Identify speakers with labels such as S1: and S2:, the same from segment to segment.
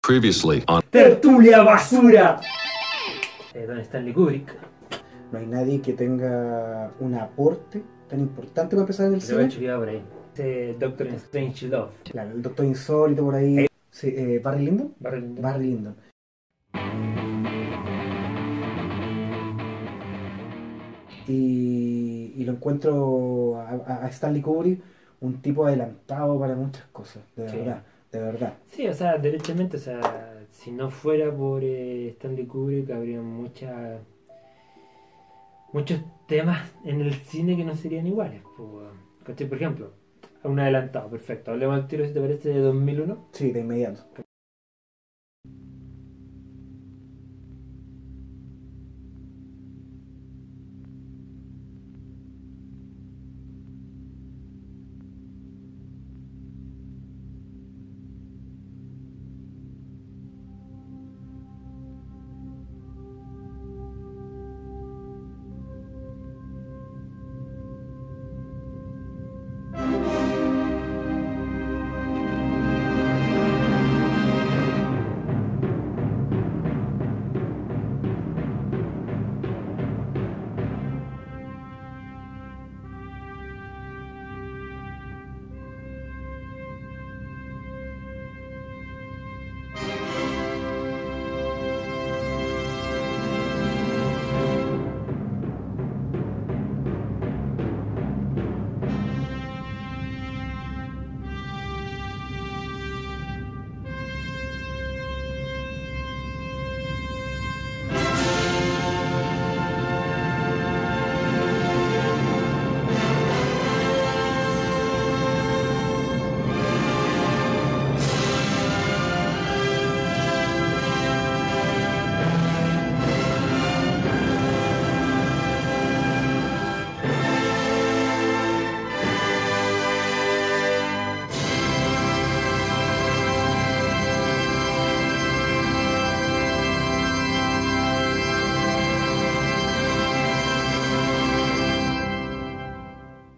S1: Previously on
S2: ¡Tertulia basura! Eh, don Stanley Kubrick.
S3: No hay nadie que tenga un aporte tan importante para empezar en el
S2: Lo he
S3: cine.
S2: hecho yo por ahí. Ese Doctor Strange Love.
S3: Claro, el Doctor Insólito por ahí. Sí, eh, ¿Barry Lyndon?
S2: Barry Lyndon.
S3: Barry Lyndon. Y, y lo encuentro a, a- a Stanley Kubrick un tipo adelantado para muchas cosas, de
S2: Sí.
S3: verdad, de verdad.
S2: Sí, o sea, derechamente, o sea, si no fuera por eh, Stanley Kubrick, habría muchas muchos temas en el cine que no serían iguales. po, weón. ¿Cachai? Por ejemplo, un adelantado, perfecto. Hablemos al tiro, si te parece, de 2001.
S3: Sí, de inmediato.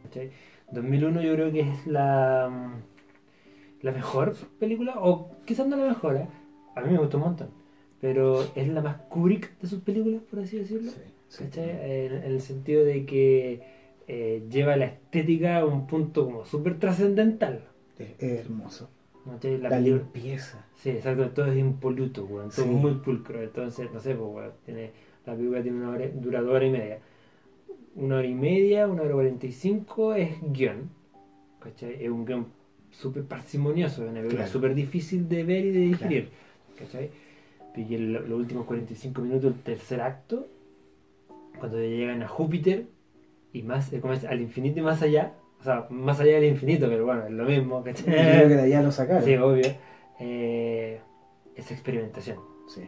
S2: ¿cachai? 2001 yo creo que es la, mm, la mejor película, o quizás no la mejor, ¿eh? a mí me gustó un montón, pero es la más Kubrick de sus películas, por así decirlo.
S3: Sí,
S2: ¿cachai? En, en el sentido de que eh, lleva la estética a un punto como súper trascendental.
S3: Es, es hermoso.
S2: ¿cachai? La
S3: La,
S2: peli-
S3: limpieza.
S2: Sí, exacto, todo es impoluto, weón, todo
S3: Sí.
S2: muy pulcro. Entonces, no sé, pues, weón, tiene, la película tiene una hora, dura dos horas y media. Una hora y media, una hora cuarenta y cinco es guión. ¿Cachai? Es un guión súper parsimonioso, es una película
S3: Claro.
S2: súper difícil de ver y de digerir. ¿Cachai? Y el- los últimos 45 minutos, el tercer acto, cuando llegan a Júpiter y más, eh, ¿cómo es? al infinito y más allá. O sea, más allá del infinito, pero bueno, es lo mismo,
S3: Yo
S2: ¿cachai?
S3: creo que de allá lo sacaron.
S2: Sí, obvio. Eh, es experimentación.
S3: Sí,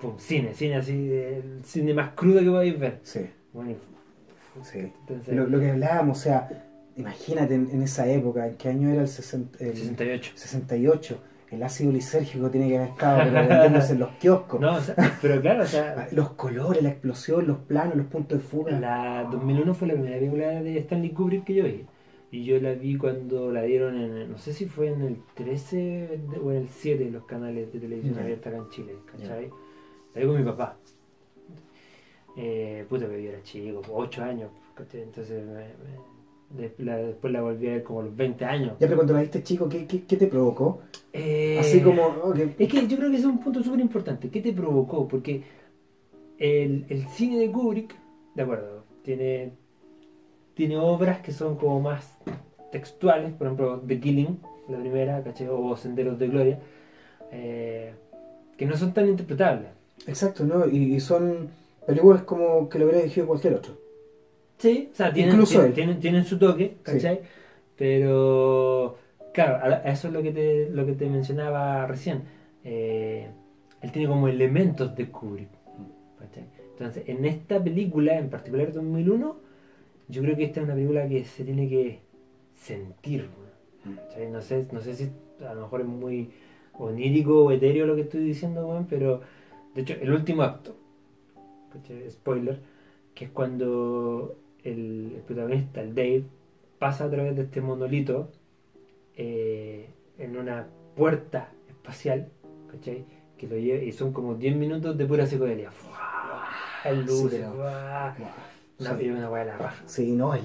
S2: Pum, cine, cine así, de- el cine más crudo que podéis ver.
S3: sí,
S2: Bueno, y-
S3: sí.
S2: entonces,
S3: Lo, lo que hablábamos, o sea, imagínate en, en esa época, ¿en qué año era el, 60, el
S2: 68.
S3: 68? El ácido lisérgico tiene que haber estado pero vendiéndose en los kioscos.
S2: No, o sea, pero claro, o
S3: Ah,
S2: sea,
S3: Los colores, la explosión, los planos, los puntos de fuga.
S2: la 2001 fue la primera película de Stanley Kubrick que yo vi. Y yo la vi cuando la dieron en, no sé si fue en el 13 de- o en el 7 en los canales de televisión
S3: Ya.
S2: abierta acá en Chile, ¿cachai? La vi con mi papá. Eh, puta, que yo era chico, 8 años, ¿cachai? Entonces me- me- des- la- después la volví a ver como a los 20 años.
S3: Ya, pero cuando la viste chico, ¿qué, qué, qué te provocó?
S2: Eh,
S3: Así como, oh, que-
S2: Es que yo creo que ese es un punto súper importante. ¿Qué te provocó? Porque el, el cine de Kubrick, de acuerdo, tiene, tiene obras que son como más textuales, por ejemplo, The Killing, la primera, ¿cachai? O Senderos de Gloria, eh, que no son tan interpretables.
S3: Exacto, ¿no? Y, y son películas como que lo hubiera dirigido cualquier otro.
S2: Sí, o sea, tienen,
S3: Incluso
S2: tien-
S3: él.
S2: tienen, tienen su toque, ¿cachai? Pero, claro, a- a eso es lo que te, lo que te mencionaba recién. Eh, él tiene como elementos de Kubrick, ¿cachai? Entonces, en esta película, en particular 2001, yo creo que esta es una película que se tiene que sentir, weón, ¿cachai? No sé, no sé si a lo mejor es muy onírico o etéreo lo que estoy diciendo, weón, pero de hecho, el último acto, ¿cachai? spoiler, que es cuando el, el protagonista, el Dave, pasa a través de este monolito eh, en una puerta espacial, ¿cachai? que lo lleva, y son como 10 minutos de pura psicodelia. ¡Fua! El luces,
S3: pero-
S2: ¡fua! Una,
S3: Sí.
S2: una weá de la raja.
S3: Sí, no, el,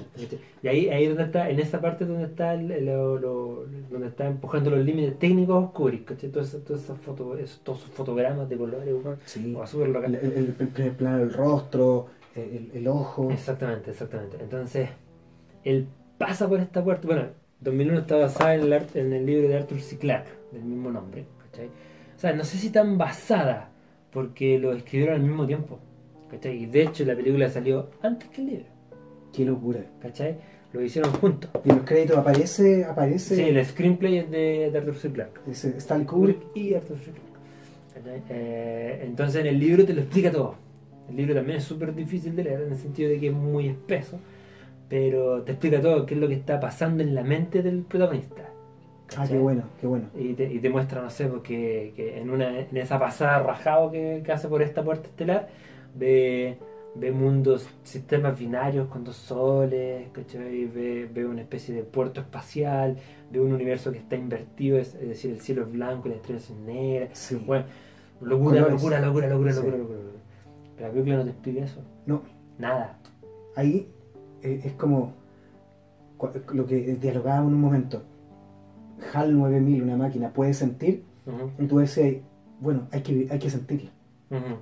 S2: Y ahí, ahí donde está, en esa parte donde está el- el- lo- lo- donde está empujando los límites técnicos Kubrick, ¿cachai? Todas esas todas esas fotos, esos- todos sus fotogramas de colores, weón.
S3: sí,
S2: O súper
S3: el,
S2: local.
S3: el- el primer plano del rostro, el, el ojo.
S2: Exactamente, exactamente. Entonces, él pasa por esta puerta. Bueno, 2001 está basada en el, art- en el libro de Arthur C. Clarke, del mismo nombre. ¿cachai? O sea, no sé si tan basada, porque lo escribieron al mismo tiempo. ¿cachai? Y de hecho, la película salió antes que el libro.
S3: Qué locura.
S2: ¿cachai? Lo hicieron juntos.
S3: Y en los créditos
S2: Sí,
S3: aparece, aparece
S2: el screenplay es de, de Arthur C. Clarke.
S3: ese Stanley Kubrick.
S2: Kubrick y Arthur C. Clarke. ¿cachai? Eh, entonces, en el libro te lo explica todo. El libro también es súper difícil de leer en el sentido de que es muy espeso, pero te explica todo qué es lo que está pasando en la mente del protagonista.
S3: Ah,
S2: ¿cachai?
S3: qué bueno, qué bueno.
S2: Y te, y te muestra, no sé, porque que en, una, en esa pasada rajado que, que hace por esta puerta estelar, ve, ve mundos, sistemas binarios con dos soles, ¿cachai? Ve, ve una especie de puerto espacial, ve un universo que está invertido, es, es decir, el cielo es blanco, las estrellas son negras.
S3: Sí.
S2: Bueno, locura,
S3: Colores.
S2: locura, locura, locura,
S3: Sí.
S2: locura, locura, locura. Pero la película no te explica eso.
S3: No,
S2: Nada.
S3: ahí eh, es como cu- lo que dialogábamos en un momento. HAL 9000, una máquina, puede sentir.
S2: Ujú,
S3: Y tú decías, bueno, hay que, hay que sentirla.
S2: ujú.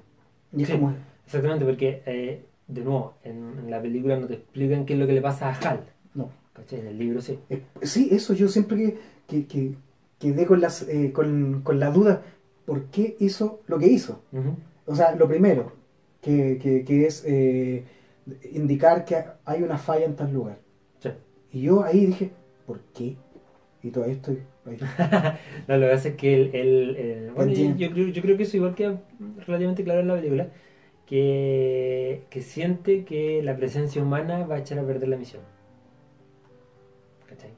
S3: Y es
S2: Sí.
S3: como,
S2: Exactamente, porque eh, de nuevo, en, en la película no te explican qué es lo que le pasa a Hal.
S3: no.
S2: ¿Cachai? En el libro sí.
S3: Eh, sí, eso yo siempre que, que, que- quedé con, las, eh, con, con la duda, ¿por qué hizo lo que hizo?
S2: Ujú.
S3: O sea, lo primero, que, que- que es eh, indicar que hay una falla en tal lugar.
S2: Sí.
S3: Y yo ahí dije, ¿por qué? Y todo esto... ahí.
S2: No, lo que pasa es que el... el- el- bueno, yo,
S3: Entiendo.
S2: yo creo, yo creo que eso igual queda relativamente claro en la película, que, que siente que la presencia humana va a echar a perder la misión. ¿Cachai?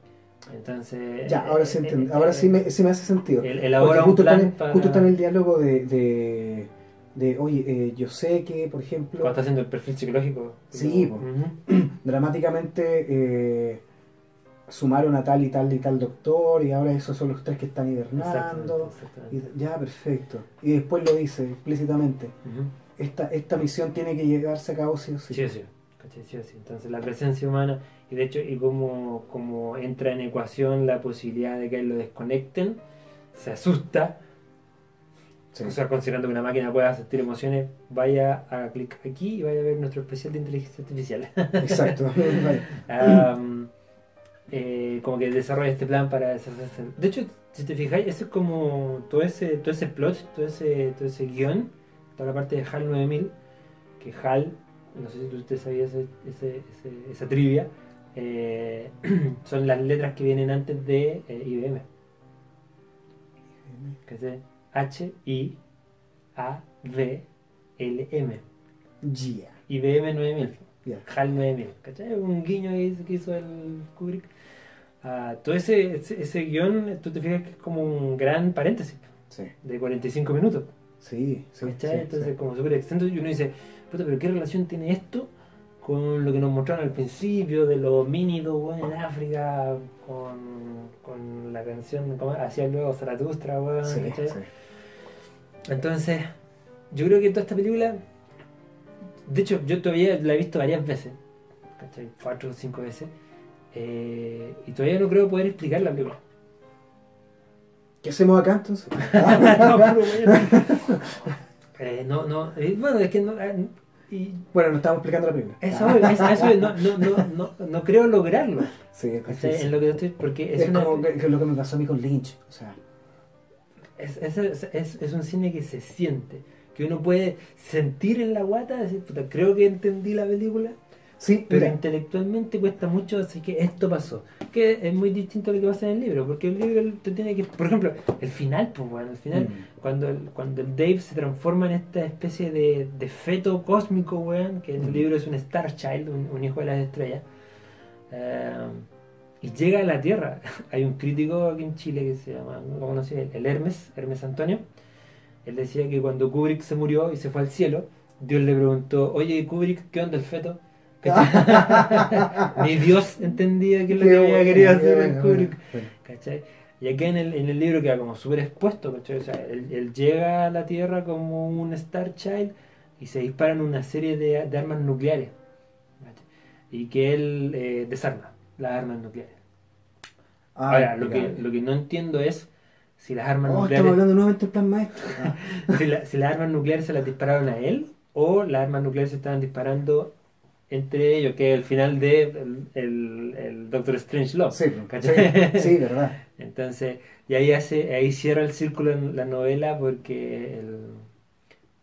S2: Entonces...
S3: Ya, ahora sí,
S2: eh,
S3: entiendo,
S2: eh,
S3: ahora
S2: eh,
S3: sí me, sí me hace sentido.
S2: él
S3: Porque
S2: elabora un
S3: justo,
S2: plan
S3: está en,
S2: para-
S3: justo está en el diálogo de, de, de, oye, eh, yo sé que, por ejemplo,
S2: Cuando está haciendo el perfil psicológico.
S3: Sí,
S2: Ujú.
S3: po. dramáticamente eh, sumaron a tal y tal y tal doctor y ahora esos son los tres que están
S2: Exactamente,
S3: hibernando.
S2: exactamente.
S3: Y, ya, perfecto. Y después lo dice explícitamente.
S2: Ujú.
S3: Esta, esta misión tiene que llevarse a cabo sí o sí.
S2: Sí, sí, ¿cachai? Sí, sí. Entonces la presencia humana, y de hecho, y como, como entra en ecuación la posibilidad de que lo desconecten, se asusta,
S3: Sí.
S2: o sea, considerando que una máquina pueda sentir emociones, vaya a clic aquí y vaya a ver nuestro especial de inteligencia artificial.
S3: Exacto. Vale.
S2: Am, eh, como que desarrolla este plan para deshacerse. De hecho, si te fijáis, eso es como todo ese, todo ese plot, todo ese, todo ese guión, toda la parte de HAL 9000, que HAL, no sé si tú- usted sabía ese- ese- ese- esa trivia, eh, son las letras que vienen antes de eh, IBM, que es de H, I, A, V, L, M.
S3: Yeah.
S2: IBM 9000.
S3: Ya.
S2: HAL 9000. ¿Cachai? Un guiño que hizo, que hizo el Kubrick. Ah, todo ese, ese, ese guión, tú te fijas que es como un gran paréntesis
S3: Sí.
S2: de 45 minutos.
S3: Sí, sí, sí,
S2: ¿Cachai?
S3: sí.
S2: Entonces, como súper extenso, y uno dice, puta, pero ¿qué relación tiene esto con lo que nos mostraron al principio de los homínidos weón, en África, con, con la canción, ¿cómo? Hacía luego Zaratustra, weón.
S3: Sí,
S2: ¿cachai?
S3: sí.
S2: Entonces, yo creo que toda esta película, de hecho, yo todavía la he visto varias veces, ¿cachai? Cuatro o cinco veces, eh, y todavía no creo poder explicar la película.
S3: ¿Qué hacemos acá entonces?
S2: No, puro weón. Eh, no, no, eh, bueno, es que no. eh, y
S3: bueno, nos estamos explicando la primera.
S2: eso, es- eso es, no, no, no, no, no creo lograrlo,
S3: Sí, es
S2: ¿cachai?
S3: difícil.
S2: En lo que estoy, porque es,
S3: Es
S2: una-
S3: como que, que lo que me pasó a mí con Lynch. O sea,
S2: es, es- es- es- es un cine que se siente, que uno puede sentir en la guata, decir, puta, creo que entendí la película.
S3: sí,
S2: Pero
S3: mira,
S2: intelectualmente cuesta mucho así que esto pasó. Que es muy distinto a lo que pasa en el libro, porque el libro te tiene que. Por ejemplo, el final, pues bueno, el final,
S3: Mm,
S2: cuando, el, cuando el Dave se transforma en esta especie de, de feto cósmico, weón, que en el
S3: Mm.
S2: libro es un Star Child, un, un hijo de las estrellas, eh, y llega a la Tierra. Hay un crítico aquí en Chile que se llama, no lo conocí, el, el Hermes, Hermes Antonio. Él decía que cuando Kubrick se murió y se fue al cielo, Dios le preguntó, oye Kubrick, ¿qué onda el feto? ¿Cachai? Ni Dios entendía qué es lo
S3: qué
S2: que había
S3: bueno,
S2: querido
S3: qué
S2: hacer el
S3: bueno,
S2: Kubrick.
S3: bueno, bueno.
S2: ¿Cachai? Y acá en el, en el libro queda como súper expuesto, ¿cachai? O sea, él, él llega a la Tierra como un Star Child y se disparan una serie de, de armas nucleares. ¿cachai? Y que él eh, desarma las armas nucleares.
S3: Ah,
S2: Ahora, lo que,
S3: impecable.
S2: lo que no entiendo es si las armas
S3: Oh, estamos
S2: nucleares
S3: hablando nuevamente del plan maestro. Ah,
S2: si, la- si las armas nucleares se las dispararon a él o las armas nucleares se estaban disparando entre ellos, que es el final de el, el- el Doctor Strange Love.
S3: sí,
S2: ¿Cachai?
S3: sí, sí, verdad.
S2: Entonces, y ahí hace, ahí cierra el círculo en la novela porque el,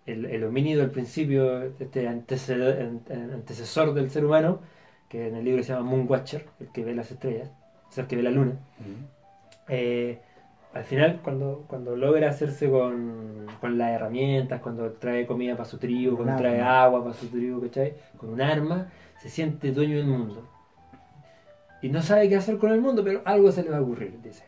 S2: el, el homínido al principio, este antecede- an- an- antecesor del ser humano, que en el libro se llama Moon Watcher, el que ve las estrellas, o sea, el que ve la luna, eh, al final, cuando, cuando logra hacerse con, con las herramientas, cuando trae comida para su tribu,
S3: Con
S2: cuando
S3: un
S2: trae
S3: arma.
S2: agua para su tribu, ¿cachai? Con un arma, se siente dueño del mundo. Y no sabe qué hacer con el mundo, pero algo se le va a ocurrir, dice.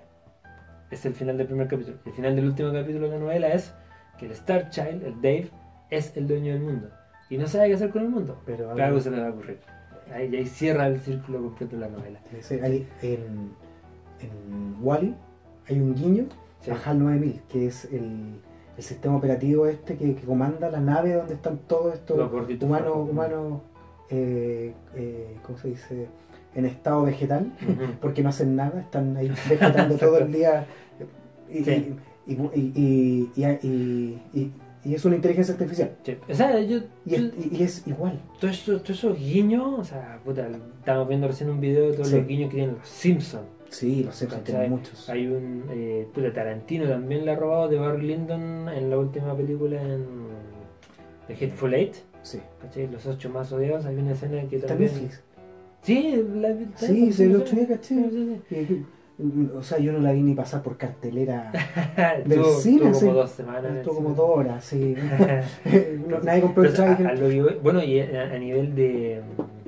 S2: Es el final del primer capítulo. El final del último capítulo de la novela es que el Star Child, el Dave, es el dueño del mundo. Y no sabe qué hacer con el mundo,
S3: Pero
S2: pero algo se le va a ocurrir. Ahí, ahí cierra el círculo completo de la novela.
S3: Sí, hay- en, en Wally hay un guiño
S2: Sí.
S3: a HAL 9000, que es el, el sistema operativo este que, que comanda la nave donde están todos
S2: Los
S3: estos
S2: gorditos
S3: humanos,
S2: flacos.
S3: humanos eh, eh, ¿cómo se dice? En estado vegetal,
S2: Ujú.
S3: porque no hacen nada, están ahí vegetando todo el día. Y,
S2: Sí.
S3: y, y- y- y- y- y- y es una inteligencia artificial.
S2: Sí. O sea, yo,
S3: Y
S2: yo-
S3: es, y- y es igual.
S2: Todos esos todo eso guiños, o sea, puta, estábamos viendo recién un video de todos
S3: Sí.
S2: los guiños que tienen los Simpsons.
S3: Sí, los Simpsons tienen
S2: ¿Cachai?
S3: muchos.
S2: Hay un. Eh, puta, Tarantino también le ha robado de Barry Lyndon en la última película en. The Hateful Eight,
S3: Sí.
S2: ¿cachai? Los ocho más odiados. Hay una escena que
S3: Está en
S2: también.
S3: Netflix.
S2: Sí, la vi- está
S3: Sí,
S2: en
S3: se lo
S2: Netflix,
S3: estudié, caché.
S2: sí, sí,
S3: Y- y- O sea, yo no la vi ni pasar por cartelera.
S2: sí.
S3: Del
S2: Tuvo-
S3: cine,
S2: tuvo como
S3: sí.
S2: dos semanas. en el
S3: Estuvo como
S2: cine.
S3: dos horas, sí. No, nadie compró el
S2: Entonces, a- a
S3: traje.
S2: lo que voy- bueno, y a, a nivel de, mm,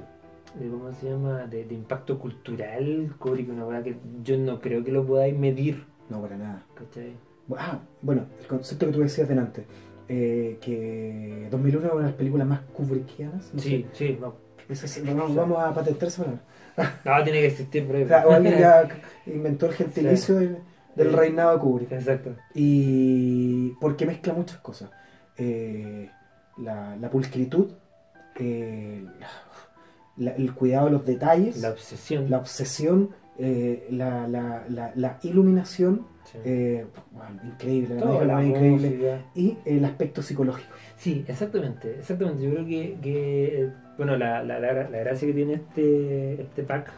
S2: de ¿Cómo se llama? De, de impacto cultural, Kubrick, una verdad que yo no creo que lo podáis medir.
S3: No, para nada.
S2: ¿Cachai?
S3: Ah, bueno, el concepto que tú decías delante. eh, que 2001 es una de las películas más kubrickianas. no
S2: sí, sí, no.
S3: sé. Eso es- vamos, vamos a patentarse ahora.
S2: No, tiene que existir por ahí.
S3: O sea, o alguien ya inventó el gentilicio del, del
S2: Sí.
S3: reinado de Kubrick.
S2: Exacto.
S3: Y porque mezcla muchas cosas. Eh, la, la pulcritud, eh, la- el cuidado de los detalles,
S2: La
S3: la,
S2: obsesión.
S3: obsesión, eh, la, la- la- la iluminación,
S2: sí.
S3: eh, bueno, increíble, la
S2: Todo,
S3: verdad que
S2: la
S3: lo más increíble.
S2: música.
S3: Y el aspecto psicológico.
S2: Sí, exactamente, exactamente. Yo creo que, que, eh, bueno, la, la, la, la gracia que tiene este, este pack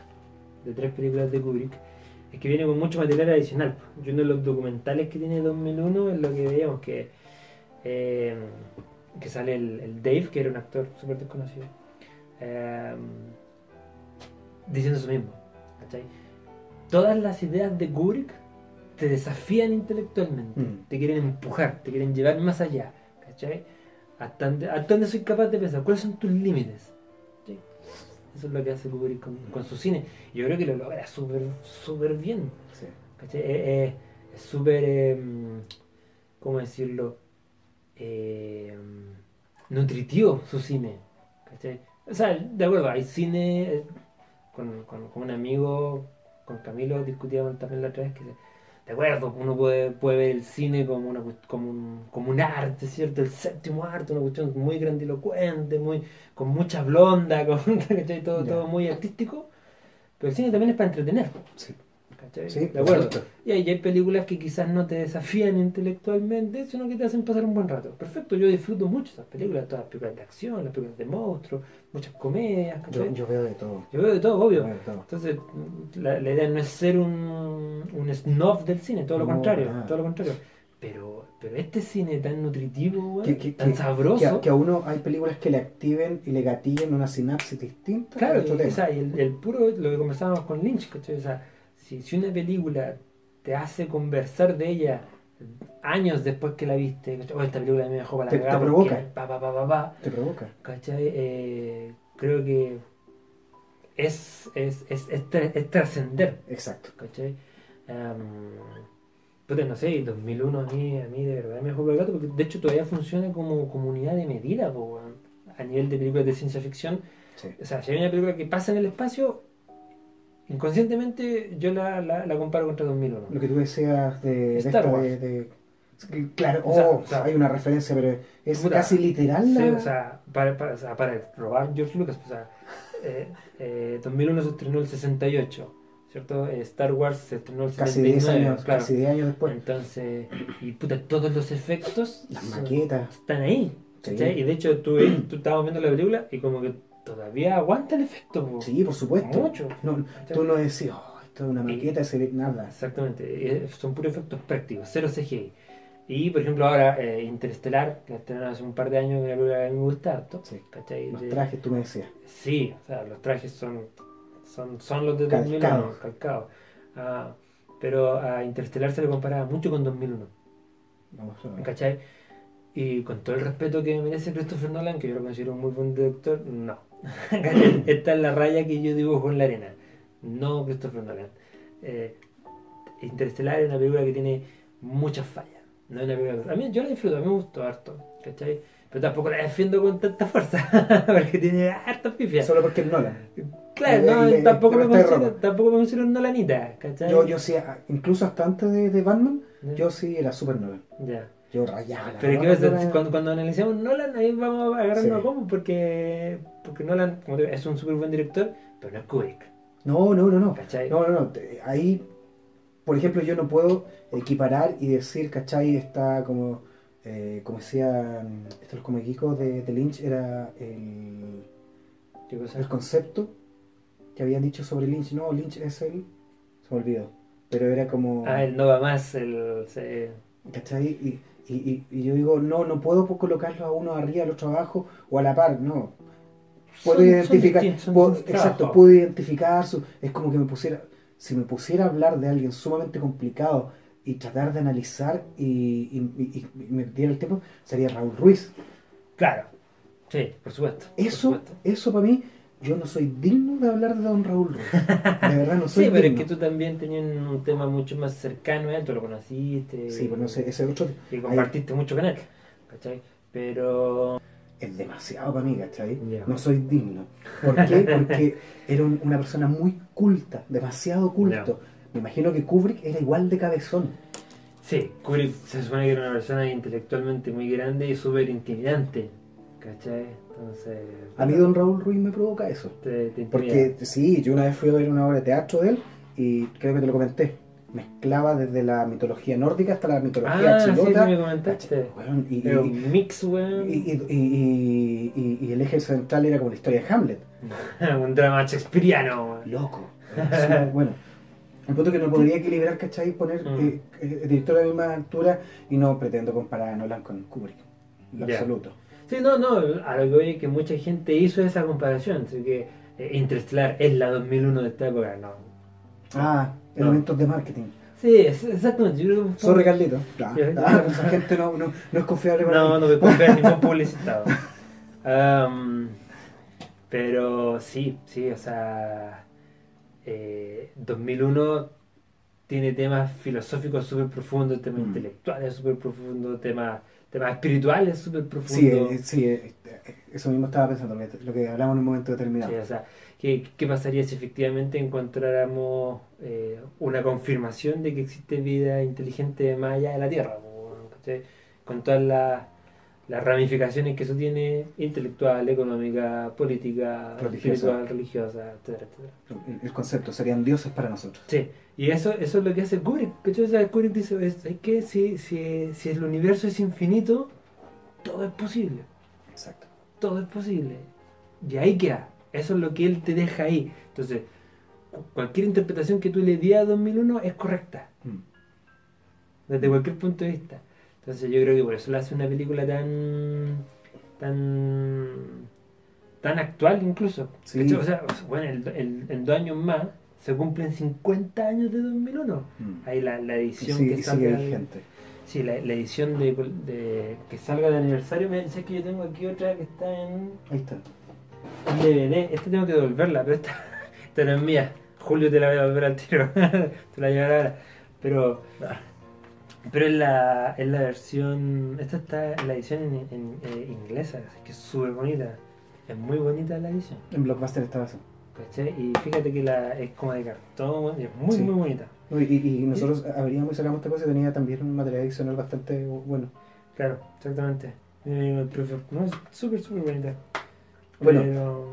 S2: de tres películas de Kubrick es que viene con mucho material adicional. Yo uno de los documentales que tiene 2001 es lo que veíamos que, eh, que sale el, el Dave, que era un actor súper desconocido, eh, diciendo eso mismo. ¿cachai? Todas las ideas de Kubrick te desafían intelectualmente
S3: Mm.
S2: te quieren empujar, te quieren llevar más allá, ¿cachai? ¿Hasta dónde, hasta dónde soy capaz de pensar? ¿Cuáles son tus límites? ¿Sí? Eso es lo que hace Kubrick con, con su cine. Yo creo que lo logra súper súper bien, ¿cachai? Eh, eh, es súper, eh, ¿cómo decirlo? Eh, nutritivo su cine, ¿cachai? O sea, de acuerdo, hay cine, eh, con, con- con un amigo, con Camilo, discutíamos también la otra vez que de acuerdo, uno puede, puede ver el cine como, una, cuest- como, un, como un arte, ¿cierto? El séptimo arte, una cuestión muy grandilocuente, muy, con mucha blonda, con, ¿cachai? Todo,
S3: Ya.
S2: todo muy artístico, pero el cine también es para entretener.
S3: Sí.
S2: ¿cachai?
S3: Sí,
S2: de acuerdo.
S3: perfecto.
S2: Y hay, y hay películas que quizás no te desafían intelectualmente, sino que te hacen pasar un buen rato. Perfecto, yo disfruto mucho esas películas, todas las películas de acción, las películas de monstruos, muchas comedias,
S3: Yo,
S2: ¿cachai?
S3: yo veo de todo.
S2: Yo veo de todo,
S3: yo
S2: obvio.
S3: veo de todo.
S2: Entonces, la, la idea no es ser un, un snob del cine, todo lo
S3: No,
S2: contrario,
S3: para nada.
S2: todo lo contrario. Pero, pero este cine tan nutritivo, güey,
S3: Que- que-
S2: tan
S3: que-
S2: sabroso.
S3: Que a, que a uno hay películas que le activen y le gatillen una sinapsis distinta.
S2: Claro,
S3: a otro
S2: y- o
S3: tema.
S2: sea, y Eh, el, el puro, lo que conversábamos con Lynch, ¿cachai? O sea, si, si una película te hace conversar de ella años después que la viste, ¿cachai? Oh, esta película a mí me dejó para la
S3: Te- te
S2: cagada porque
S3: provoca.
S2: pa, pa, pa, pa, pa,
S3: Te provoca.
S2: ¿cachai? Eh, creo que es, es, es, es tra- es trascender,
S3: Exacto.
S2: ¿cachai? Em, puta, no sé, el 2001 a mí, a mí de verdad me jugó el gato, porque de hecho todavía funciona como comunidad de medida, po, weón. a nivel de películas de ciencia ficción.
S3: Sí.
S2: O sea, si hay una película que pasa en el espacio, Inconscientemente yo la, la, la comparo contra 2001.
S3: Lo que tú decías de, de
S2: Star
S3: esta
S2: Wars.
S3: de, de- que, Claro,
S2: O sea,
S3: oh,
S2: o sea,
S3: hay una referencia, pero es
S2: puta,
S3: casi literal.
S2: Sí,
S3: la-
S2: o sea, para, para- o sea, para robar George Lucas, o sea, eh, eh, 2001 se estrenó el 68, ¿cierto? Eh, Star Wars se estrenó el
S3: casi 10
S2: 79,
S3: años,
S2: claro.
S3: casi pues. 10 años después.
S2: Entonces, y puta, todos los efectos
S3: Las
S2: son-
S3: maquetas.
S2: están ahí.
S3: Sí.
S2: ¿cachai? Y de hecho, tú, eh, tú estabas viendo la película y como que todavía aguanta el efecto. po.
S3: Sí, por supuesto.
S2: Mucho.
S3: No, tú no decís, oh, esto es una maqueta, se ve nada.
S2: Exactamente, eh, son puros efectos prácticos, cero CGI. Y por ejemplo, ahora eh, Interestelar, que la estrenaron hace un par de años, una película que a mí me gusta harto.
S3: Sí.
S2: ¿cachai?
S3: Los
S2: De-
S3: trajes, tú me decías.
S2: Sí, o sea, los trajes son, son, son los de
S3: Calcados.
S2: 2001, calcados. Ah, pero a Interstellar se le comparaba mucho con 2001,
S3: Vamos a ver.
S2: ¿cachai? Y con todo el respeto que merece Christopher Nolan, que yo lo considero un muy buen director, no.
S3: Mm.
S2: ¿Cachai? Esta es la raya que yo dibujo en la arena. No Christopher Nolan. Eh, Interstellar es una película que tiene muchas fallas. No es una película- A mí yo la disfruto, a mí me gustó harto, ¿cachai? Pero tampoco la defiendo con tanta fuerza, porque tiene hartas pifias.
S3: Solo porque es Nolan.
S2: Claro,
S3: Eh,
S2: no,
S3: eh,
S2: tampoco, me
S3: pero está
S2: considero,
S3: errado.
S2: tampoco me considero un Nolanita, ¿cachai?
S3: Yo, yo sí, ah, incluso hasta antes de, de Batman,
S2: Ya.
S3: yo sí era super Nolan.
S2: Ya.
S3: Yo rayaba la
S2: Pero ¿qué
S3: pelota,
S2: pasa?
S3: pero-
S2: Cuando, cuando analicemos Nolan, ahí vamos a agarrarnos
S3: Sí.
S2: a combo, porque, porque Nolan como te digo, es un súper buen director, pero no es Kubrick,
S3: No, no, no, no.
S2: ¿cachai?
S3: No, no, no. te- Ahí, por ejemplo, yo no puedo equiparar y decir, ¿cachai? Está como, eh, como decían estos comiquicos de, de Lynch, era el,
S2: ¿Qué cosa?
S3: el concepto que habían dicho sobre Lynch. No, Lynch es el. Se me olvidó. Pero era como.
S2: Ah, el no va más, el... se-
S3: ¿Cachai? Y, y- y- y yo digo, no, no puedo po- colocarlos a uno arriba, al otro abajo o a la par, no. Puedo
S2: son- son
S3: identificar,
S2: distintos, son
S3: puedo-
S2: distintos
S3: exacto,
S2: trabajos.
S3: puedo identificar, su- es como que me pusiera, si me pusiera a hablar de alguien sumamente complicado y tratar de analizar y, y- y- y me diera el tiempo, sería Raúl Ruiz.
S2: Claro, sí, por supuesto. por
S3: Eso,
S2: supuesto.
S3: eso para mí, yo no soy digno de hablar de don Raúl Ruiz. De verdad no soy
S2: Sí, pero es
S3: digno.
S2: que tú también tenías un tema mucho más cercano a él, tú lo conociste.
S3: Sí, pero no sé, ese otro
S2: Y compartiste mucho con él, ¿cachai? Pero...
S3: es demasiado para mí, ¿cachai?
S2: Ya.
S3: No soy digno. ¿Por qué? Porque era un- una persona muy culta, demasiado culto. Me imagino que Kubrick era igual de cabezón.
S2: Sí, Kubrick se supone que era una persona intelectualmente muy grande y súper intimidante. ¿Cachai? Entonces.
S3: A mí Don Raúl Ruiz me provoca eso.
S2: te, te intimida.
S3: Porque sí, yo una vez fui a ver una obra de teatro de él y creo que te lo comenté. Mezclaba desde la mitología nórdica hasta la mitología
S2: Ah, sí, sí,
S3: chilota.
S2: me comentaste.
S3: Cacha, weón, y,
S2: Pero
S3: y-
S2: mix, weón.
S3: y- y- y- y- y el eje central era como la historia de Hamlet.
S2: un drama shakespeariano, weón.
S3: Loco. Sí, bueno. El punto es que no podría equilibrar, ¿cachai? Poner
S2: Mm.
S3: eh, eh, director a la misma altura y no pretendo comparar a Nolan con Kubrick. En lo
S2: Ya.
S3: absoluto.
S2: Sí, no, no, a lo que voy es que mucha gente hizo esa comparación. Así que eh, Interstellar es la 2001 de esta época, no.
S3: Ah,
S2: No.
S3: elementos de marketing.
S2: Sí, es- exactamente. Yo creo que fue-
S3: Sorry, Carlito. Ah,
S2: Ya.
S3: ah, esa gente no, no, no es confiable para
S2: No,
S3: mí.
S2: no me puedo creer ningún publicitado. Am, pero sí, sí, o sea, eh, 2001 tiene temas filosóficos súper profundos, temas
S3: Mm.
S2: intelectuales súper profundos, temas, temas espirituales súper
S3: Sí,
S2: profundos.
S3: eh, sí, eh, eh, eso mismo estaba pensando, lo que, lo que hablamos en un momento determinado.
S2: Sí, o sea, ¿qué, qué pasaría si efectivamente encontráramos eh, una confirmación de que existe vida inteligente más allá de la Tierra? po, ¿cachai? Con todas las, las ramificaciones que eso tiene, intelectual, económica, política,
S3: Religiosa.
S2: espiritual, religiosa, etcétera, etcétera.
S3: El, el concepto, serían dioses para nosotros.
S2: Sí, y eso, eso es lo que hace Kubrick. ¿cachai? O sea, Kubrick dice, es, es que si, si, si el universo es infinito, todo es posible
S3: Exacto.
S2: todo es posible. Y ahí queda. Eso es lo que él te deja ahí. Entonces, cu- cualquier interpretación que tú le di a 2001 es correcta,
S3: Mm.
S2: desde cualquier punto de vista. Entonces, yo creo que por eso le hace una película tan. tan. tan actual, incluso.
S3: Sí.
S2: ¿Cachai? O sea, bueno, el- el- en dos años más se cumplen 50 años de 2001.
S3: Mm.
S2: Ahí la, la
S3: Y
S2: edición
S3: sigue,
S2: que
S3: y sigue
S2: salga.
S3: vigente.
S2: Sí, la, la edición de, de- que salga de aniversario. Me dice que yo tengo aquí otra que está en.
S3: Ahí está.
S2: Un DVD, esta tengo que devolverla, pero esta, esta no es mía. Julio te la voy a devolver al tiro, te la llevará ahora. Pero,
S3: Ah.
S2: pero es, la, es la versión, esta está en la edición en, en- eh, inglesa, así que es súper bonita. Es muy bonita la edición.
S3: En Blockbuster estaba eso.
S2: ¿cachai? Y fíjate que la, es como de cartón, es muy,
S3: Sí.
S2: muy bonita.
S3: No, Y, y- y nosotros abríamos y sacamos esta cosa y tenía también un material adicional bastante bueno.
S2: Claro, exactamente. Eh, el profe, no, es súper, súper bonita.
S3: Bueno.
S2: Pero-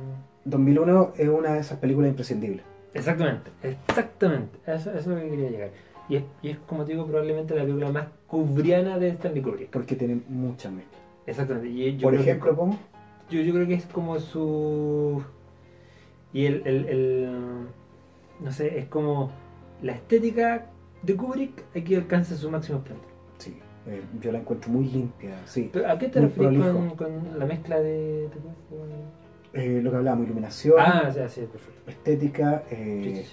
S3: 2001 es una de esas películas imprescindibles.
S2: exactamente, exactamente. Eso, eso es lo que quería llegar. Y es, y es, como te digo, probablemente la película más cubriana de Stanley Kubrick.
S3: Porque tiene mucha mezcla.
S2: Exactamente. Y yo
S3: Por
S2: creo que-
S3: ejemplo, pongo
S2: yo, yo creo que es como su. Y el, el- el- No sé, es como. La estética de Kubrick aquí alcanza su máximo esplendor.
S3: Sí, eh, yo la encuentro muy limpia, sí.
S2: ¿Pero ¿A qué te
S3: Muy
S2: refieres con,
S3: prolijo.
S2: con la mezcla de.? de- de-
S3: Eh, lo que hablábamos, iluminación,
S2: Ah, ya, sí, perfecto.
S3: estética, eh,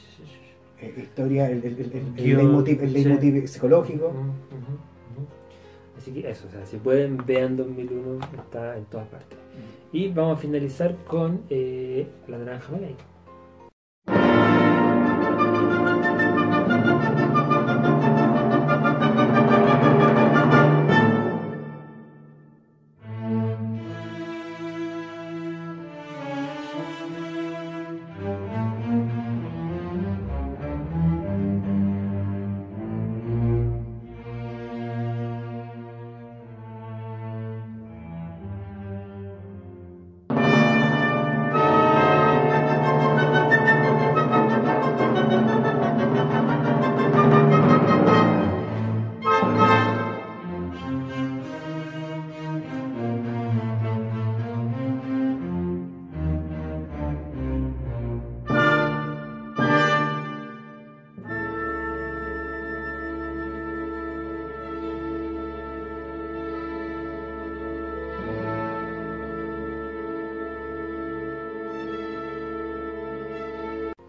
S3: eh, historia, el, el, el- el
S2: Guión,
S3: leitmotiv, el
S2: sí.
S3: leitmotiv psicológico.
S2: Ujú, ujú, ujú. Así que eso, o sea, si pueden, vean 2001, está en todas partes. Y vamos a finalizar con eh, La Naranja Mecánica.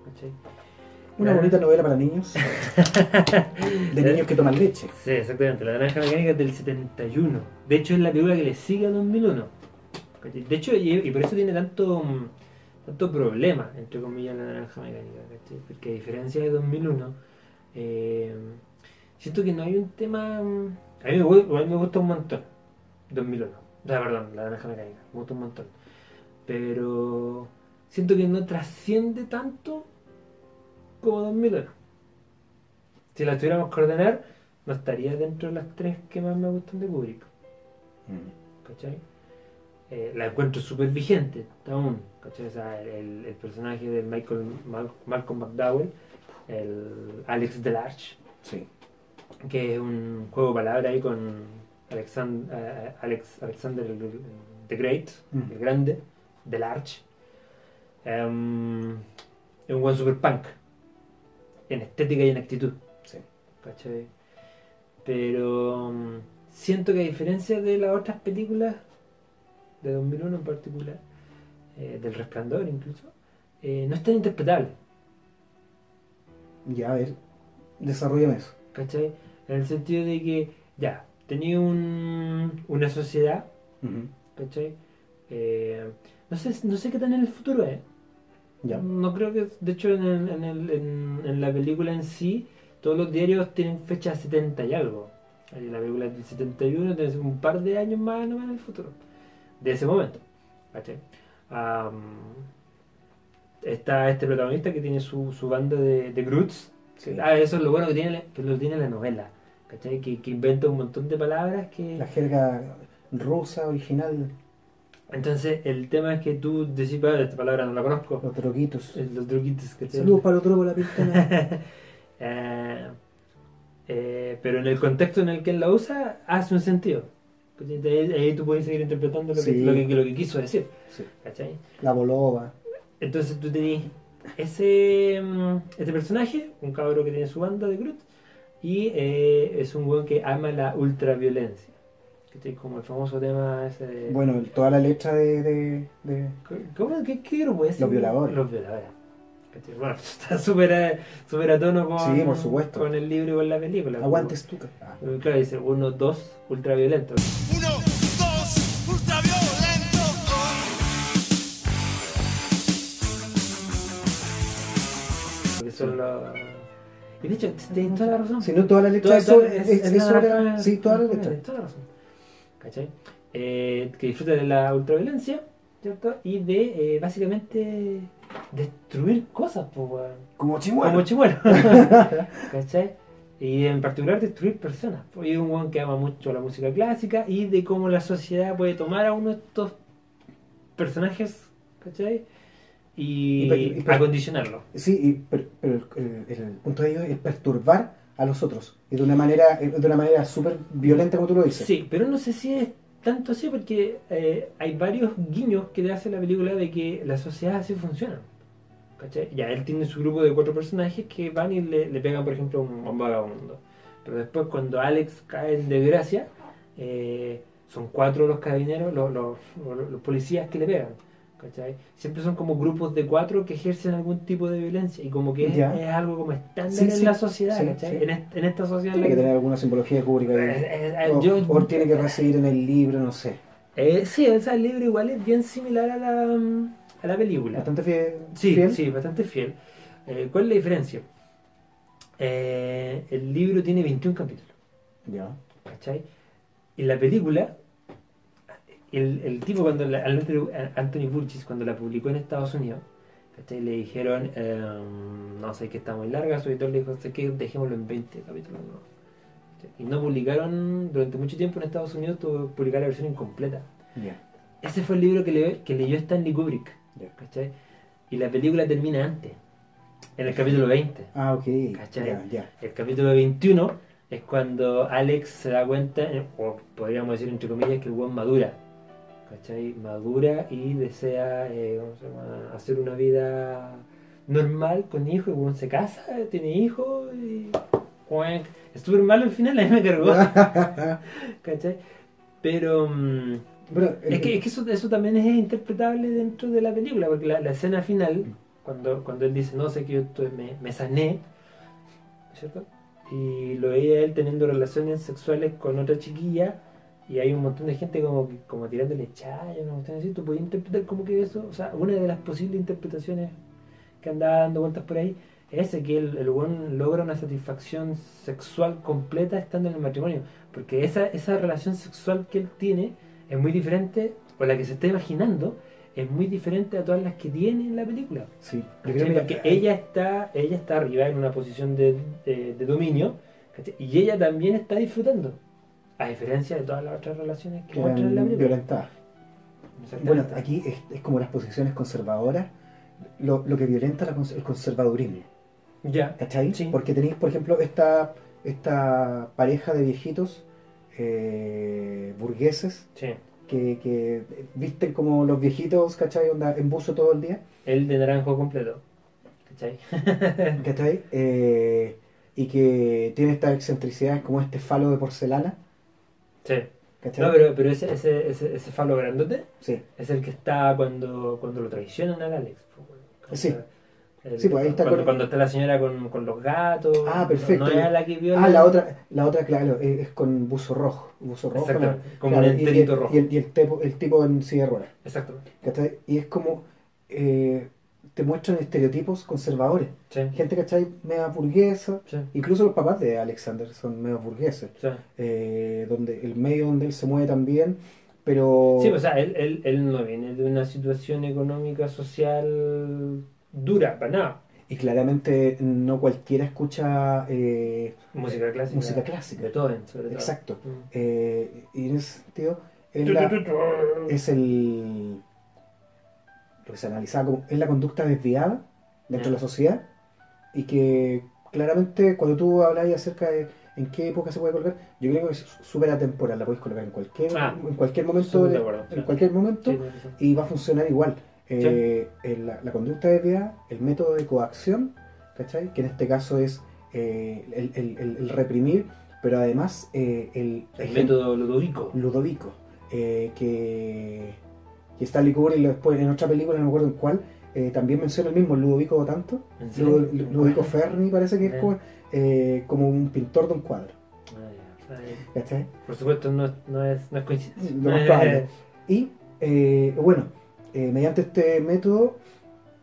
S2: ¿cachai?
S3: Una
S2: Claro.
S3: bonita novela para niños, de niños que toman leche.
S2: Sí, exactamente. La Naranja Mecánica es del 71. De hecho, es la película que le sigue a 2001. ¿Cachai? De hecho, y, y por eso tiene tanto, mm, tanto problema, entre comillas, la Naranja Mecánica. ¿cachai? Porque a diferencia de 2001, eh, siento que no hay un tema... mm, A mí me, gu- a mí me gusta un montón 2001. O sea, perdón, la Naranja Mecánica. Me gusta un montón. Pero siento que no trasciende tanto como 2001. Si la tuviéramos que ordenar, no estaría dentro de las tres que más me gustan de Kubrick, Mm. ¿cachai? Eh, la encuentro súper vigente aún, ¿cachai? O sea, el, el personaje de Michael Mal- Malcolm McDowell, el Alex Delarge,
S3: Sí,
S2: que es un juego de palabras ahí con Alexan- eh, Alex, Alexander el- the Great,
S3: Mm.
S2: el grande, del Arch. Em, es un buen super punk, en estética y en actitud.
S3: Sí.
S2: ¿Cachai? Pero mm, siento que a diferencia de las otras películas, de 2001 en particular, eh, del Resplandor incluso, eh, no es tan interpretable.
S3: ya a ver, desarrollame eso.
S2: ¿cachai? En el sentido de que, ya, tenía un, una sociedad, ¿cachai? Eh, no, sé, no sé qué tan en el futuro es.
S3: Ya,
S2: No creo que, de hecho, en, el- en el- en- en la película en sí, todos los diarios tienen fecha 70 y algo. Ahí La película es del 71, entonces un par de años más nomás en el futuro. De ese momento. ¿cachai? Am, está este protagonista que tiene su, su banda de, de Groots.
S3: sí.
S2: Ah, eso es lo bueno que tiene, la- que lo tiene la novela, ¿cachai? Que, que inventa un montón de palabras que...
S3: La jerga rusa original,
S2: Entonces, el tema es que tú decís, "Vale, esta palabra no la conozco,
S3: los droguitos.
S2: eh, los truquitos, ¿cachai?
S3: Saludos para los drogos, la pistola.
S2: Eh, eh, pero en el contexto en el que él la usa, hace un sentido. ¿cachai? Entonces, ahí tú puedes seguir interpretando lo, que,
S3: Sí.
S2: lo, que, lo que quiso decir,
S3: Sí.
S2: ¿cachai?
S3: La boloba.
S2: Entonces tú tenés ese mm, este personaje, un cabro que tiene su banda de Groot, y eh, es un weón que ama la ultraviolencia. ¿Cachai? Como el famoso tema ese de...
S3: Bueno, el- toda la letra de, de- de-
S2: ¿Cómo? ¿Qué, qué grupo es? ese?
S3: Los violadores.
S2: Los violadores. ¿Cachai? Bueno, está súper a, súper a tono con,
S3: Sí, por supuesto.
S2: con el libro y con la película.
S3: Aguantes tú. Ah,
S2: Eh, Claro, dice uno, dos, ultraviolento.
S1: Uno, dos, ultraviolento.
S2: Porque son los... Y de hecho, tenés toda la razón.
S3: Si no, toda la letra
S2: Toda-
S3: es sobre-
S2: toda-
S3: es-
S2: es-
S3: es
S2: es
S3: sobre-
S2: naranja-
S3: Sí, toda la letra.
S2: Tienes toda la razón. ¿Cachai? Eh, que disfruta de la ultraviolencia, ¿cierto? Y de, eh, básicamente, destruir cosas, pues, weón.
S3: Como chimuelo.
S2: Como chimuelo. ¿Cachai? Y en particular destruir personas. po. Y un weón que ama mucho la música clásica y de cómo la sociedad puede tomar a uno de estos personajes, ¿cachai? Y,
S3: Y per- y per-
S2: acondicionarlo.
S3: Sí, y per- pero el, el- el punto de ellos es perturbar a los otros. Y de una manera eh, de una manera súper violenta, como tú lo dices.
S2: Sí, pero no sé si es tanto así porque eh, hay varios guiños que te hace la película de que la sociedad así funciona. ¿Cachai? Ya, él tiene su grupo de cuatro personajes que van y le, le pegan, por ejemplo, a un, a un vagabundo. Pero después cuando Alex cae en desgracia, eh, son cuatro los carabineros, los, los- los- los policías que le pegan. ¿Cachai? Siempre son como grupos de cuatro que ejercen algún tipo de violencia y como que es,
S3: Ya.
S2: es algo como estándar
S3: Sí,
S2: en
S3: sí,
S2: la sociedad,
S3: sí,
S2: ¿cachai?
S3: sí.
S2: En, est- en esta sociedad en
S3: Tiene
S2: la
S3: que
S2: que-
S3: tener Oh, alguna simbología pública. ahí.
S2: Eh, eh, eh,
S3: o,
S2: yo-
S3: o tiene que recibir en el libro, no sé.
S2: Eh, sí, esa el libro igual es bien similar a la, mm, a la película.
S3: Bastante fie-
S2: Sí,
S3: fiel.
S2: sí, bastante fiel. Eh, ¿Cuál es la diferencia? Eh, el libro tiene 21 capítulos,
S3: Ya.
S2: ¿cachai? Y la película, el, el tipo cuando, la- al Anthony- Anthony Burgess, cuando la publicó en Estados Unidos, ¿cachai? Le dijeron, em, no sé, que está muy larga, su editor le dijo, sé que dejémoslo en 20 capítulos. ¿no? ¿Cachai? Y no publicaron, durante mucho tiempo en Estados Unidos, tuvo que publicar la versión incompleta.
S3: Ya.
S2: Ese fue el libro que, le- que leyó Stanley Kubrick.
S3: Ya.
S2: ¿cachai? Y la película termina antes, en el capítulo 20.
S3: Ah, ok.
S2: ¿Cachai?
S3: Ya, ya.
S2: El capítulo 21 es cuando Alex se da cuenta, eh, o podríamos decir entre comillas, que el buen madura. ¿Cachai? Madura y desea eh, ¿cómo se llama? hacer una vida normal con hijos. El buen se casa, tiene hijos y. ¡cuac! Es súper malo al final, a mí me cargó.
S3: Ah.
S2: ¿Cachai? Pero. mm,
S3: Pero, eh,
S2: es que, es que eso, eso también es interpretable dentro de la película, porque la, la escena final, cuando, cuando él dice, no sé que yo estoy- me, me sané, ¿cierto? Y lo veía él teniendo relaciones sexuales con otra chiquilla, y hay un montón de gente como, que- como tirándole chaya, una cuestión así, tú podías interpretar como que eso, o sea, una de las posibles interpretaciones que andaba dando vueltas por ahí, es ese, que el, el weón logra una satisfacción sexual completa estando en el matrimonio, porque esa, esa relación sexual que él tiene es muy diferente, o la que se está imaginando, es muy diferente a todas las que tiene en la película.
S3: Sí. Yo creo
S2: ¿cachai?
S3: mira,
S2: Porque
S3: hay-
S2: ella está, ella está arriba en una posición de, de- de dominio, ¿cachai? y ella también está disfrutando, a diferencia de todas las otras relaciones que
S3: eh, que
S2: muestran en la
S3: eran
S2: película.
S3: violentadas.
S2: Exactamente.
S3: Bueno, aquí es, es como las posiciones conservadoras, lo, lo que violenta la cons- el conservadurismo.
S2: ya,
S3: ¿Cachai?
S2: Sí.
S3: Porque tenéis, por ejemplo, esta, esta pareja de viejitos eh, burgueses
S2: sí.
S3: que, que visten como los viejitos, ¿cachai? Onda, en buzo todo el día,
S2: El de naranjo completo. ¿Cachai?
S3: ¿cachai? Eh, y que tiene estas excentricidades como este falo de porcelana,
S2: Sí.
S3: ¿cachai?
S2: No, pero, pero ese, ese, ese, ese falo grandote
S3: Sí,
S2: es el que está cuando, cuando lo traicionan al Alex. po, weón. O
S3: Sí.
S2: sea, el-
S3: Sí, pues ahí está
S2: cuando,
S3: con-
S2: cuando está la señora con, con los gatos.
S3: Ah, perfecto.
S2: No, no era la que vio.
S3: Ah, la otra, la otra claro, es, es con buzo rojo. Buzo rojo. ¿no?
S2: Exactamente. Como
S3: Claro,
S2: un
S3: y- y-
S2: enterito rojo.
S3: Y el, y el tipo, el tipo en silla de ruedas.
S2: Exactamente.
S3: ¿cachai? Y es como. eh, te muestran estereotipos conservadores.
S2: Sí,
S3: Gente, ¿cachai? Media burguesa.
S2: sí,
S3: Incluso los papás de Alexander son medio burgueses.
S2: sí.
S3: eh, donde el medio donde él se mueve también. Pero.
S2: Sí, pues, o sea, él, él, él no viene de una situación económica, social dura, para nada.
S3: Y claramente no cualquiera escucha eh,
S2: Música clásica.
S3: música clásica.
S2: Beethoven, sobre todo.
S3: Exacto.
S2: Mm.
S3: Eh, y en ese sentido. Es
S2: Tu,
S3: la-
S2: tu, tu, tu.
S3: es el lo que se analizaba como es la conducta desviada
S2: Ya.
S3: dentro de la sociedad y que claramente cuando tú hablas acerca de en qué época se puede colgar yo creo que es súper atemporal la podéis colocar en cualquier
S2: Ah,
S3: en cualquier momento
S2: estoy de
S3: de-
S2: acuerdo,
S3: en
S2: sí.
S3: cualquier momento
S2: Sí, sí, sí.
S3: y va a funcionar igual Eh, el- la, la conducta desviada el método de coacción ¿cachai? que en este caso es eh, el, el- el- el reprimir pero además eh, el,
S2: El
S3: ejem-
S2: método ludovico.
S3: Ludovico, eh, que, que Stanley Kubrick lo- después en otra película, no me acuerdo en cuál, eh, también menciona el mismo Ludovico tanto,
S2: ¿En serio?
S3: Ludovico Fermi parece que es
S2: Eh.
S3: como, eh, como un pintor de un cuadro,
S2: Ah, ya. Ah, ya.
S3: ¿cachai?
S2: Por supuesto, no, no es, no es coincidencia.
S3: Lo más probable. Y eh, bueno, eh, mediante este método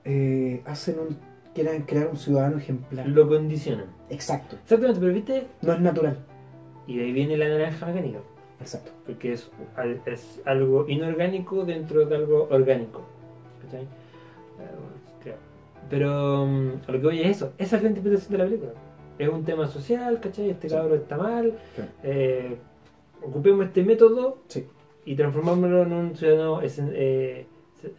S3: eh, hacen un, quieren crear un ciudadano ejemplar.
S2: Lo condicionan.
S3: Exacto,
S2: Exactamente, pero viste,
S3: no es natural,
S2: y de ahí viene la naranja mecánica,
S3: exacto.
S2: porque es, al- es algo inorgánico dentro de algo orgánico. ¿Cachai? Eh, claro. Pero mm, a lo que voy es eso, esa es la interpretación de la película. Es un tema social, ¿cachai? Este
S3: Sí.
S2: cabro está mal,
S3: Sí.
S2: eh, ocupemos este método
S3: Sí.
S2: y transformámoslo en un ciudadano, es- eh,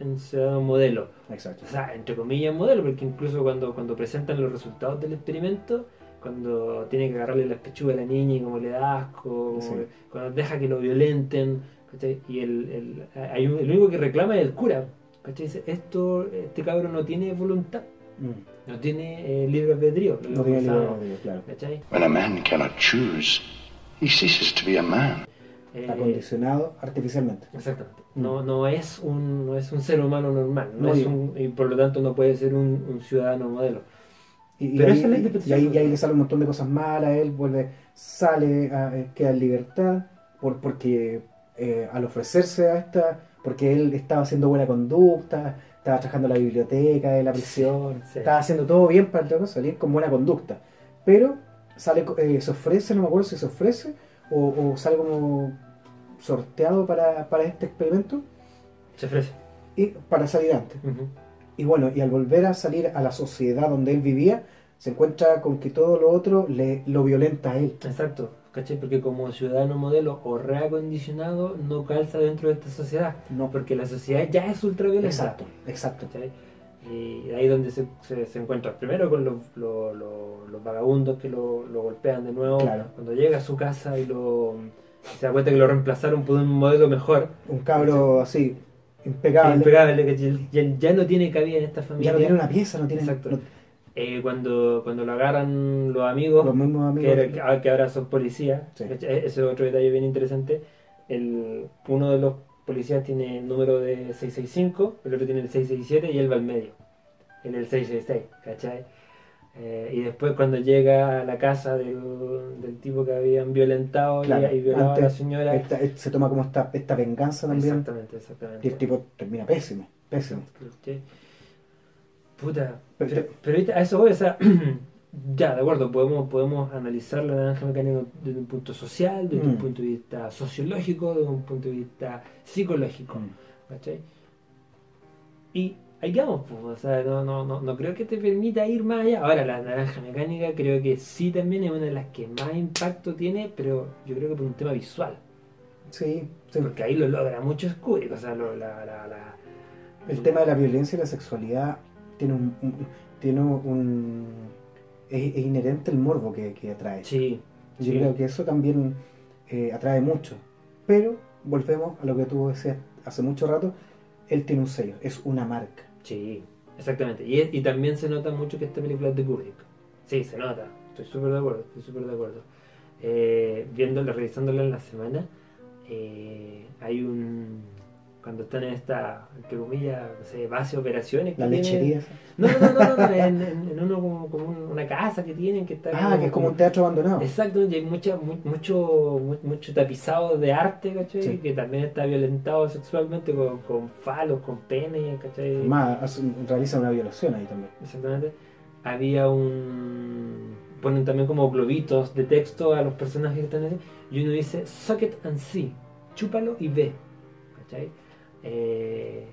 S2: en un ciudadano modelo.
S3: Exacto.
S2: O sea, entre comillas modelo, porque incluso cuando, cuando presentan los resultados del experimento, cuando tiene que agarrarle las pechugas a la niña y como le da asco, como
S3: Sí.
S2: que- cuando deja que lo violenten, ¿cachai? Y el, el- hay un- el único que reclama es el cura, ¿cachai? Dice, esto, este cabrón no tiene voluntad,
S3: Mm.
S2: no tiene eh, libre albedrío. lo
S3: No tiene
S2: conversábamos,
S3: libre albedrío, claro.
S2: ¿cachai?
S4: When a man cannot choose, he ceases to be a man.
S2: Eh,
S3: Acondicionado artificialmente.
S2: Exactamente. No, no, es un, no es un ser humano normal, no
S3: Mm. No,
S2: es
S3: y-
S2: un- y por lo tanto no puede ser un, un ciudadano modelo.
S3: Y, y
S2: Pero
S3: ahí,
S2: esa es la
S3: y- y
S2: interpretación.
S3: ahí, y ahí le sale un montón de cosas malas, él vuelve, sale, a- eh, queda en libertad, por, porque eh, al ofrecerse a esta, porque él estaba haciendo buena conducta, estaba trabajando en la biblioteca, en la prisión,
S2: Sí.
S3: estaba haciendo todo bien para luego salir con buena conducta. Pero sale, co- eh, se ofrece, no me acuerdo si se ofrece, o, o sale como sorteado para, para este experimento,
S2: Se ofrece.
S3: y para salir antes.
S2: Ujú.
S3: Y bueno, y al volver a salir a la sociedad donde él vivía, se encuentra con que todo lo otro le, lo violenta a él.
S2: Exacto, ¿cachai? Porque como ciudadano modelo o reacondicionado no calza dentro de esta sociedad,
S3: No,
S2: porque la sociedad ya es ultraviolenta.
S3: exacto, exacto.
S2: ¿cachai? Y ahí donde se, se, se encuentra primero con los, los, los- los vagabundos que lo, lo golpean de nuevo,
S3: Claro.
S2: cuando llega a su casa y lo se da cuenta que lo reemplazaron por un modelo mejor,
S3: Un cabro así, impecable.
S2: impecable, que ya, ya no tiene cabida en esta familia.
S3: Ya no tiene una pieza, no tiene
S2: Exacto.
S3: no-
S2: Eh, cuando, cuando lo agarran los amigos,
S3: los mismos
S2: que,
S3: amigos.
S2: era- que ahora- que ahora son policías.
S3: Sí.
S2: ¿cachai? E-, Ese es otro detalle bien interesante. El, uno de los policías tiene el número de 665, el otro tiene el 667 y él va al medio, en el 666, ¿cachai? Eh, y después cuando llega a la casa del, del tipo que habían violentado y-
S3: Claro,
S2: y, violado a la
S3: antes,
S2: señora...
S3: Esta- esta- se toma como esta, esta venganza también.
S2: Exactamente, exactamente.
S3: Y el tipo termina pésimo, pésimo.
S2: ¿Cachai? Puta,
S3: Pero-
S2: pero, pero ahorita a eso voy, o sea, ya, de acuerdo, podemos, podemos analizar la naranja mecánica desde un punto social, desde un
S3: Mm.
S2: punto de vista sociológico, desde un punto de vista psicológico, ¿cachai? Y ahí quedamos, pues, o sea, no, no, no, no creo que te permita ir más allá. Ahora, la naranja mecánica creo que sí también es una de las que más impacto tiene, pero yo creo que por un tema visual,
S3: Sí, sí.
S2: porque ahí lo logra mucho Kubrick, o sea, lo- la- la- la,
S3: El tema de la violencia y la sexualidad tiene un... un- tiene un es, es inherente el morbo que, que atrae.
S2: Sí,
S3: Yo
S2: Sí.
S3: creo que eso también eh, atrae mucho. Pero volvemos a lo que tú decías hace mucho rato, él tiene un sello, es una marca.
S2: sí, exactamente. Y, es- y también se nota mucho que esta película es de Kubrick. Sí, se nota. Estoy súper de acuerdo, estoy súper de acuerdo. Eh, viéndola, revisándola en la semana, eh, hay un... Cuando están en esta, entre comillas, no sé, base de operaciones que
S3: La
S2: tienen-
S3: lechería. esa.
S2: No, no, no, no, no, en, en- en uno como, como un- una casa que tienen que está...
S3: Ah, que es como un teatro abandonado.
S2: Exacto, y hay mucha, mu- mucho, mu- mucho tapizado de arte, ¿cachai?
S3: Sí.
S2: Que también está violentado sexualmente con, con falos, con pene, ¿cachai?
S3: Más, hace- realiza una violación ahí también.
S2: Exactamente. Había un... Ponen también como globitos de texto a los personajes que están ahí. Y uno dice, suck it and see. Chúpalo y ve. ¿Cachai? Eh,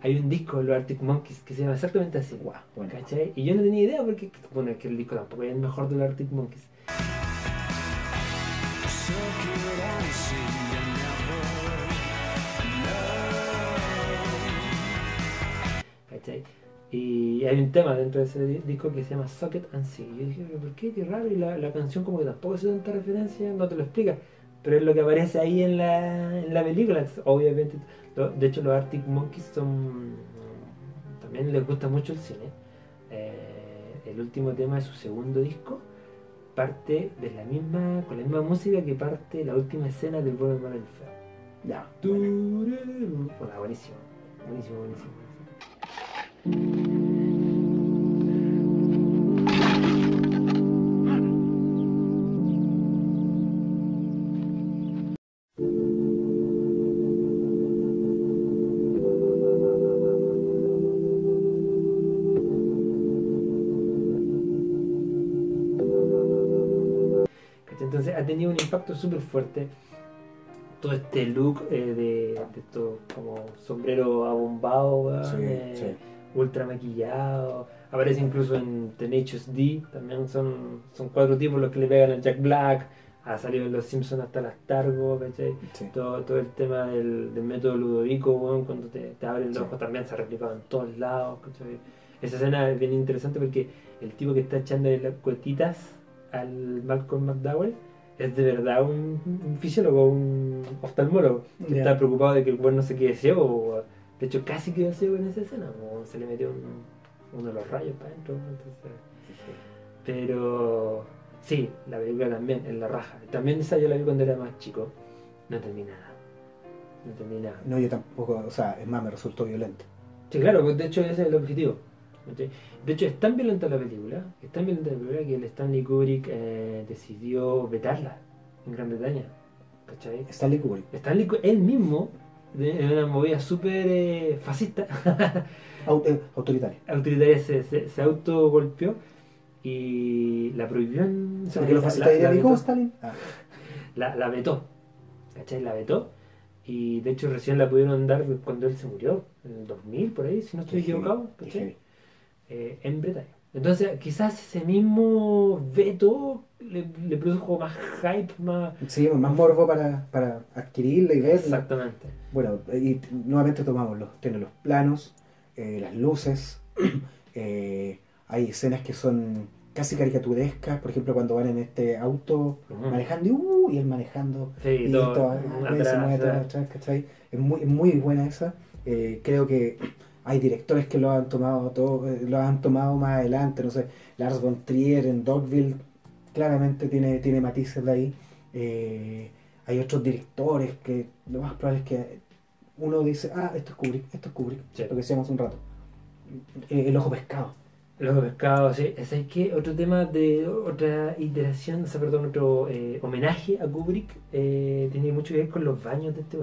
S2: hay un disco de los Arctic Monkeys que se llama exactamente así.
S3: Guau, bueno.
S2: ¿Cachai? Y yo no tenía idea porque, bueno, es que el disco tampoco es el mejor de los Arctic Monkeys. ¿Cachai? Y hay un tema dentro de ese di- disco que se llama Socket and See. Y yo dije, pero ¿por qué? Qué raro. Y la, la canción como que tampoco hace tanta referencia, no te lo explica. Pero es lo que aparece ahí en la, en la película. Entonces, obviamente, lo- de hecho los Arctic Monkeys son... También les gusta mucho el cine. Eh, el último tema de su segundo disco parte de la misma, con la misma música que parte la última escena del Bueno, el Malo y el Feo.
S3: Ya. bueno.
S2: Tururú. Hola, buenísimo. Buenísimo, buenísimo. ¿Cachai? Entonces ha tenido un impacto súper fuerte todo este look eh, de, de estos como sombrero abombado, weón,
S3: Sí,
S2: eh,
S3: sí.
S2: ultra maquillado. Aparece incluso en Tenacious D. También son, son cuatro tipos los que le pegan a Jack Black. Ha salido en Los Simpsons hasta las Targo, ¿cachai?
S3: Sí.
S2: Todo, todo el tema del, del método Ludovico, weón, cuando te, te abren los
S3: Sí.
S2: ojos también se ha replicado en todos lados. ¿cachai? Esa escena es bien interesante porque el tipo que está echando las cuetitas al Malcolm McDowell es de verdad un, un fisiólogo, un oftalmólogo. que
S3: Ya.
S2: Está preocupado de que el weón no se quede ciego. weón. De hecho, casi quedó ciego en esa escena. weón. Se le metió un- uno de los rayos para adentro. weón, entonces- pero sí, la película también, en la raja. También esa yo la vi cuando era más chico. No entendí nada. No entendí nada.
S3: No, yo tampoco, o sea, es más, me resultó violento.
S2: Sí, claro, pues, de hecho ese es el objetivo. ¿cachai? De hecho, es tan violenta la película, es tan violenta la película que el Stanley Kubrick eh, decidió vetarla en Gran Bretaña. ¿Cachai?
S3: Stanley Kubrick.
S2: Stanley Kubrick, él mismo, de- en una movida súper eh, fascista,
S3: Au- eh, autoritario.
S2: autoritaria, se, se, se autogolpeó y la prohibió en...
S3: Porque los fascistas
S2: la- la
S3: dirían, ¿y cómo
S2: vetó.
S3: Stalin? Ah,
S2: la, la vetó. ¿Cachai? La vetó. Y de hecho recién la pudieron dar cuando él se murió, en el 2000 por ahí, si no estoy
S3: qué heavy,
S2: equivocado,
S3: qué
S2: ¿cachai?
S3: heavy.
S2: Eh, en Bretaña. Entonces quizás ese mismo veto le, le produjo más hype, más...
S3: Sí, más morbo para, para adquirirla y verla.
S2: Exactamente.
S3: Bueno, y t- nuevamente tomamos los, tiene los planos, eh, las luces, eh, hay escenas que son casi caricaturescas, por ejemplo cuando van en este auto
S2: Ujú.
S3: manejando y, uh, y él manejando
S2: Sí,
S3: y
S2: todo
S3: esto, ah,
S2: atrás,
S3: se mueve todo
S2: atrás.
S3: atrás, ¿cachai? Es muy, es muy buena esa. Eh, creo que hay directores que lo han tomado todo, eh, lo han tomado más adelante, no sé, Lars von Trier en Dogville claramente tiene, tiene matices de ahí. Eh, hay otros directores que lo más probable es que uno dice, ah, esto es Kubrick, esto es Kubrick,
S2: Sí.
S3: lo que decíamos hace un rato. Eh, el ojo pescado.
S2: Los pescados, sí. ¿Sabes qué? Otro tema de otra iteración, o sea, perdón, otro eh, homenaje a Kubrick eh, tiene mucho que ver con los baños de este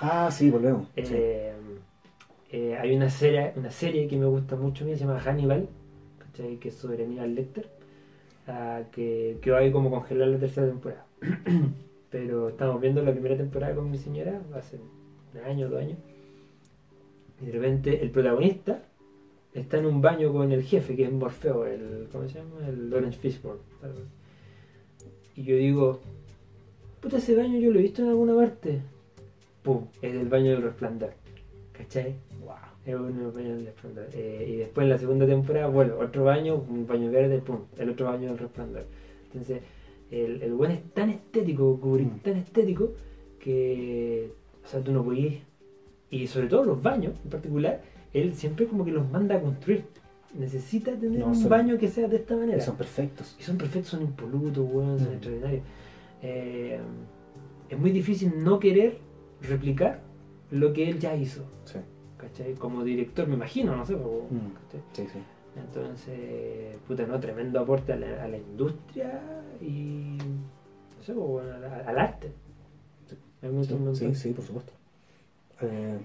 S3: Ah, sí, volvemos. Sí.
S2: Eh, eh, hay una serie, una serie que me gusta mucho, mía, se llama Hannibal, ¿cachai? que es sobre Hannibal Lecter, ah, que, que hay como congelar la tercera temporada. Pero estamos viendo la primera temporada con mi señora, hace un año, dos años, y de repente el protagonista está en un baño con el jefe, que es Morfeo, el, ¿cómo se llama? El Orange Fishburne. tal vez. Y yo digo, puta, ese baño yo lo he visto en alguna parte. ¡Pum! Es del baño del resplandor. ¿Cachai? ¡Wow! Es uno de los baños del resplandor. Eh, y después en la segunda temporada, bueno, otro baño, un baño verde, ¡pum! El otro baño del resplandor. Entonces, el, el buen es tan estético, Kubrick,
S3: Mm.
S2: tan estético, que, o sea, tú no podías. Y sobre todo los baños en particular, él siempre como que los manda a construir. Necesita tener
S3: No,
S2: un
S3: son-
S2: baño que sea de esta manera.
S3: Que son perfectos.
S2: Y son perfectos, son impolutos, weón, son
S3: Mm.
S2: extraordinarios. Eh, es muy difícil no querer replicar lo que él ya hizo,
S3: Sí,
S2: ¿cachai? Como director, me imagino, no sé. po,
S3: Mm.
S2: ¿cachai?
S3: sí, sí.
S2: Entonces, puta, no, tremendo aporte a la, a la industria y. no sé, po, weón, al, al arte. Me gusta un montón.
S3: Sí, sí, por supuesto. Eh,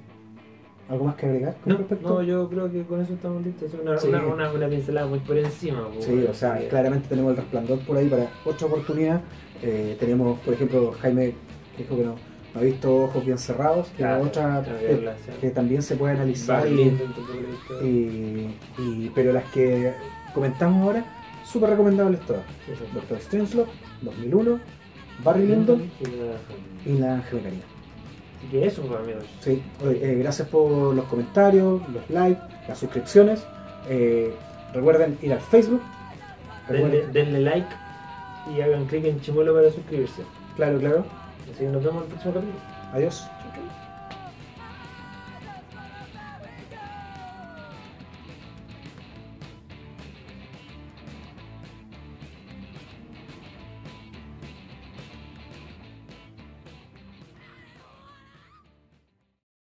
S3: ¿Algo más que agregar con
S2: No,
S3: respecto?
S2: no, yo creo que con eso estamos listos. Es una,
S3: Sí.
S2: una, una- una pincelada muy por encima. pues, po,
S3: Sí,
S2: weón,
S3: o sea,
S2: que-
S3: claramente tenemos el resplandor por ahí para otra oportunidad. Eh, tenemos, por ejemplo, Jaime que dijo que no, no ha visto ojos bien cerrados, que
S2: Claro,
S3: otra
S2: tengo que
S3: que,
S2: verla, sí.
S3: que también se puede analizar.
S2: Barley,
S3: Y,
S2: tanto por esto.
S3: y- y- pero las que comentamos ahora, súper recomendables todas.
S2: Eso.
S3: Doctor Strangelove, 2001, Barry Lyndon
S2: Y nada.
S3: y La Ángel María.
S2: Así que eso, pues, amigos.
S3: Sí, oye, eh, gracias por los comentarios, los likes, las suscripciones. Eh, recuerden ir al Facebook.
S2: Denle,
S3: Recuerden-
S2: denle like y hagan clic en chimuelo para suscribirse.
S3: Claro, claro.
S2: Así que nos vemos en el próximo capítulo.
S3: Adiós.
S2: Chau, chau.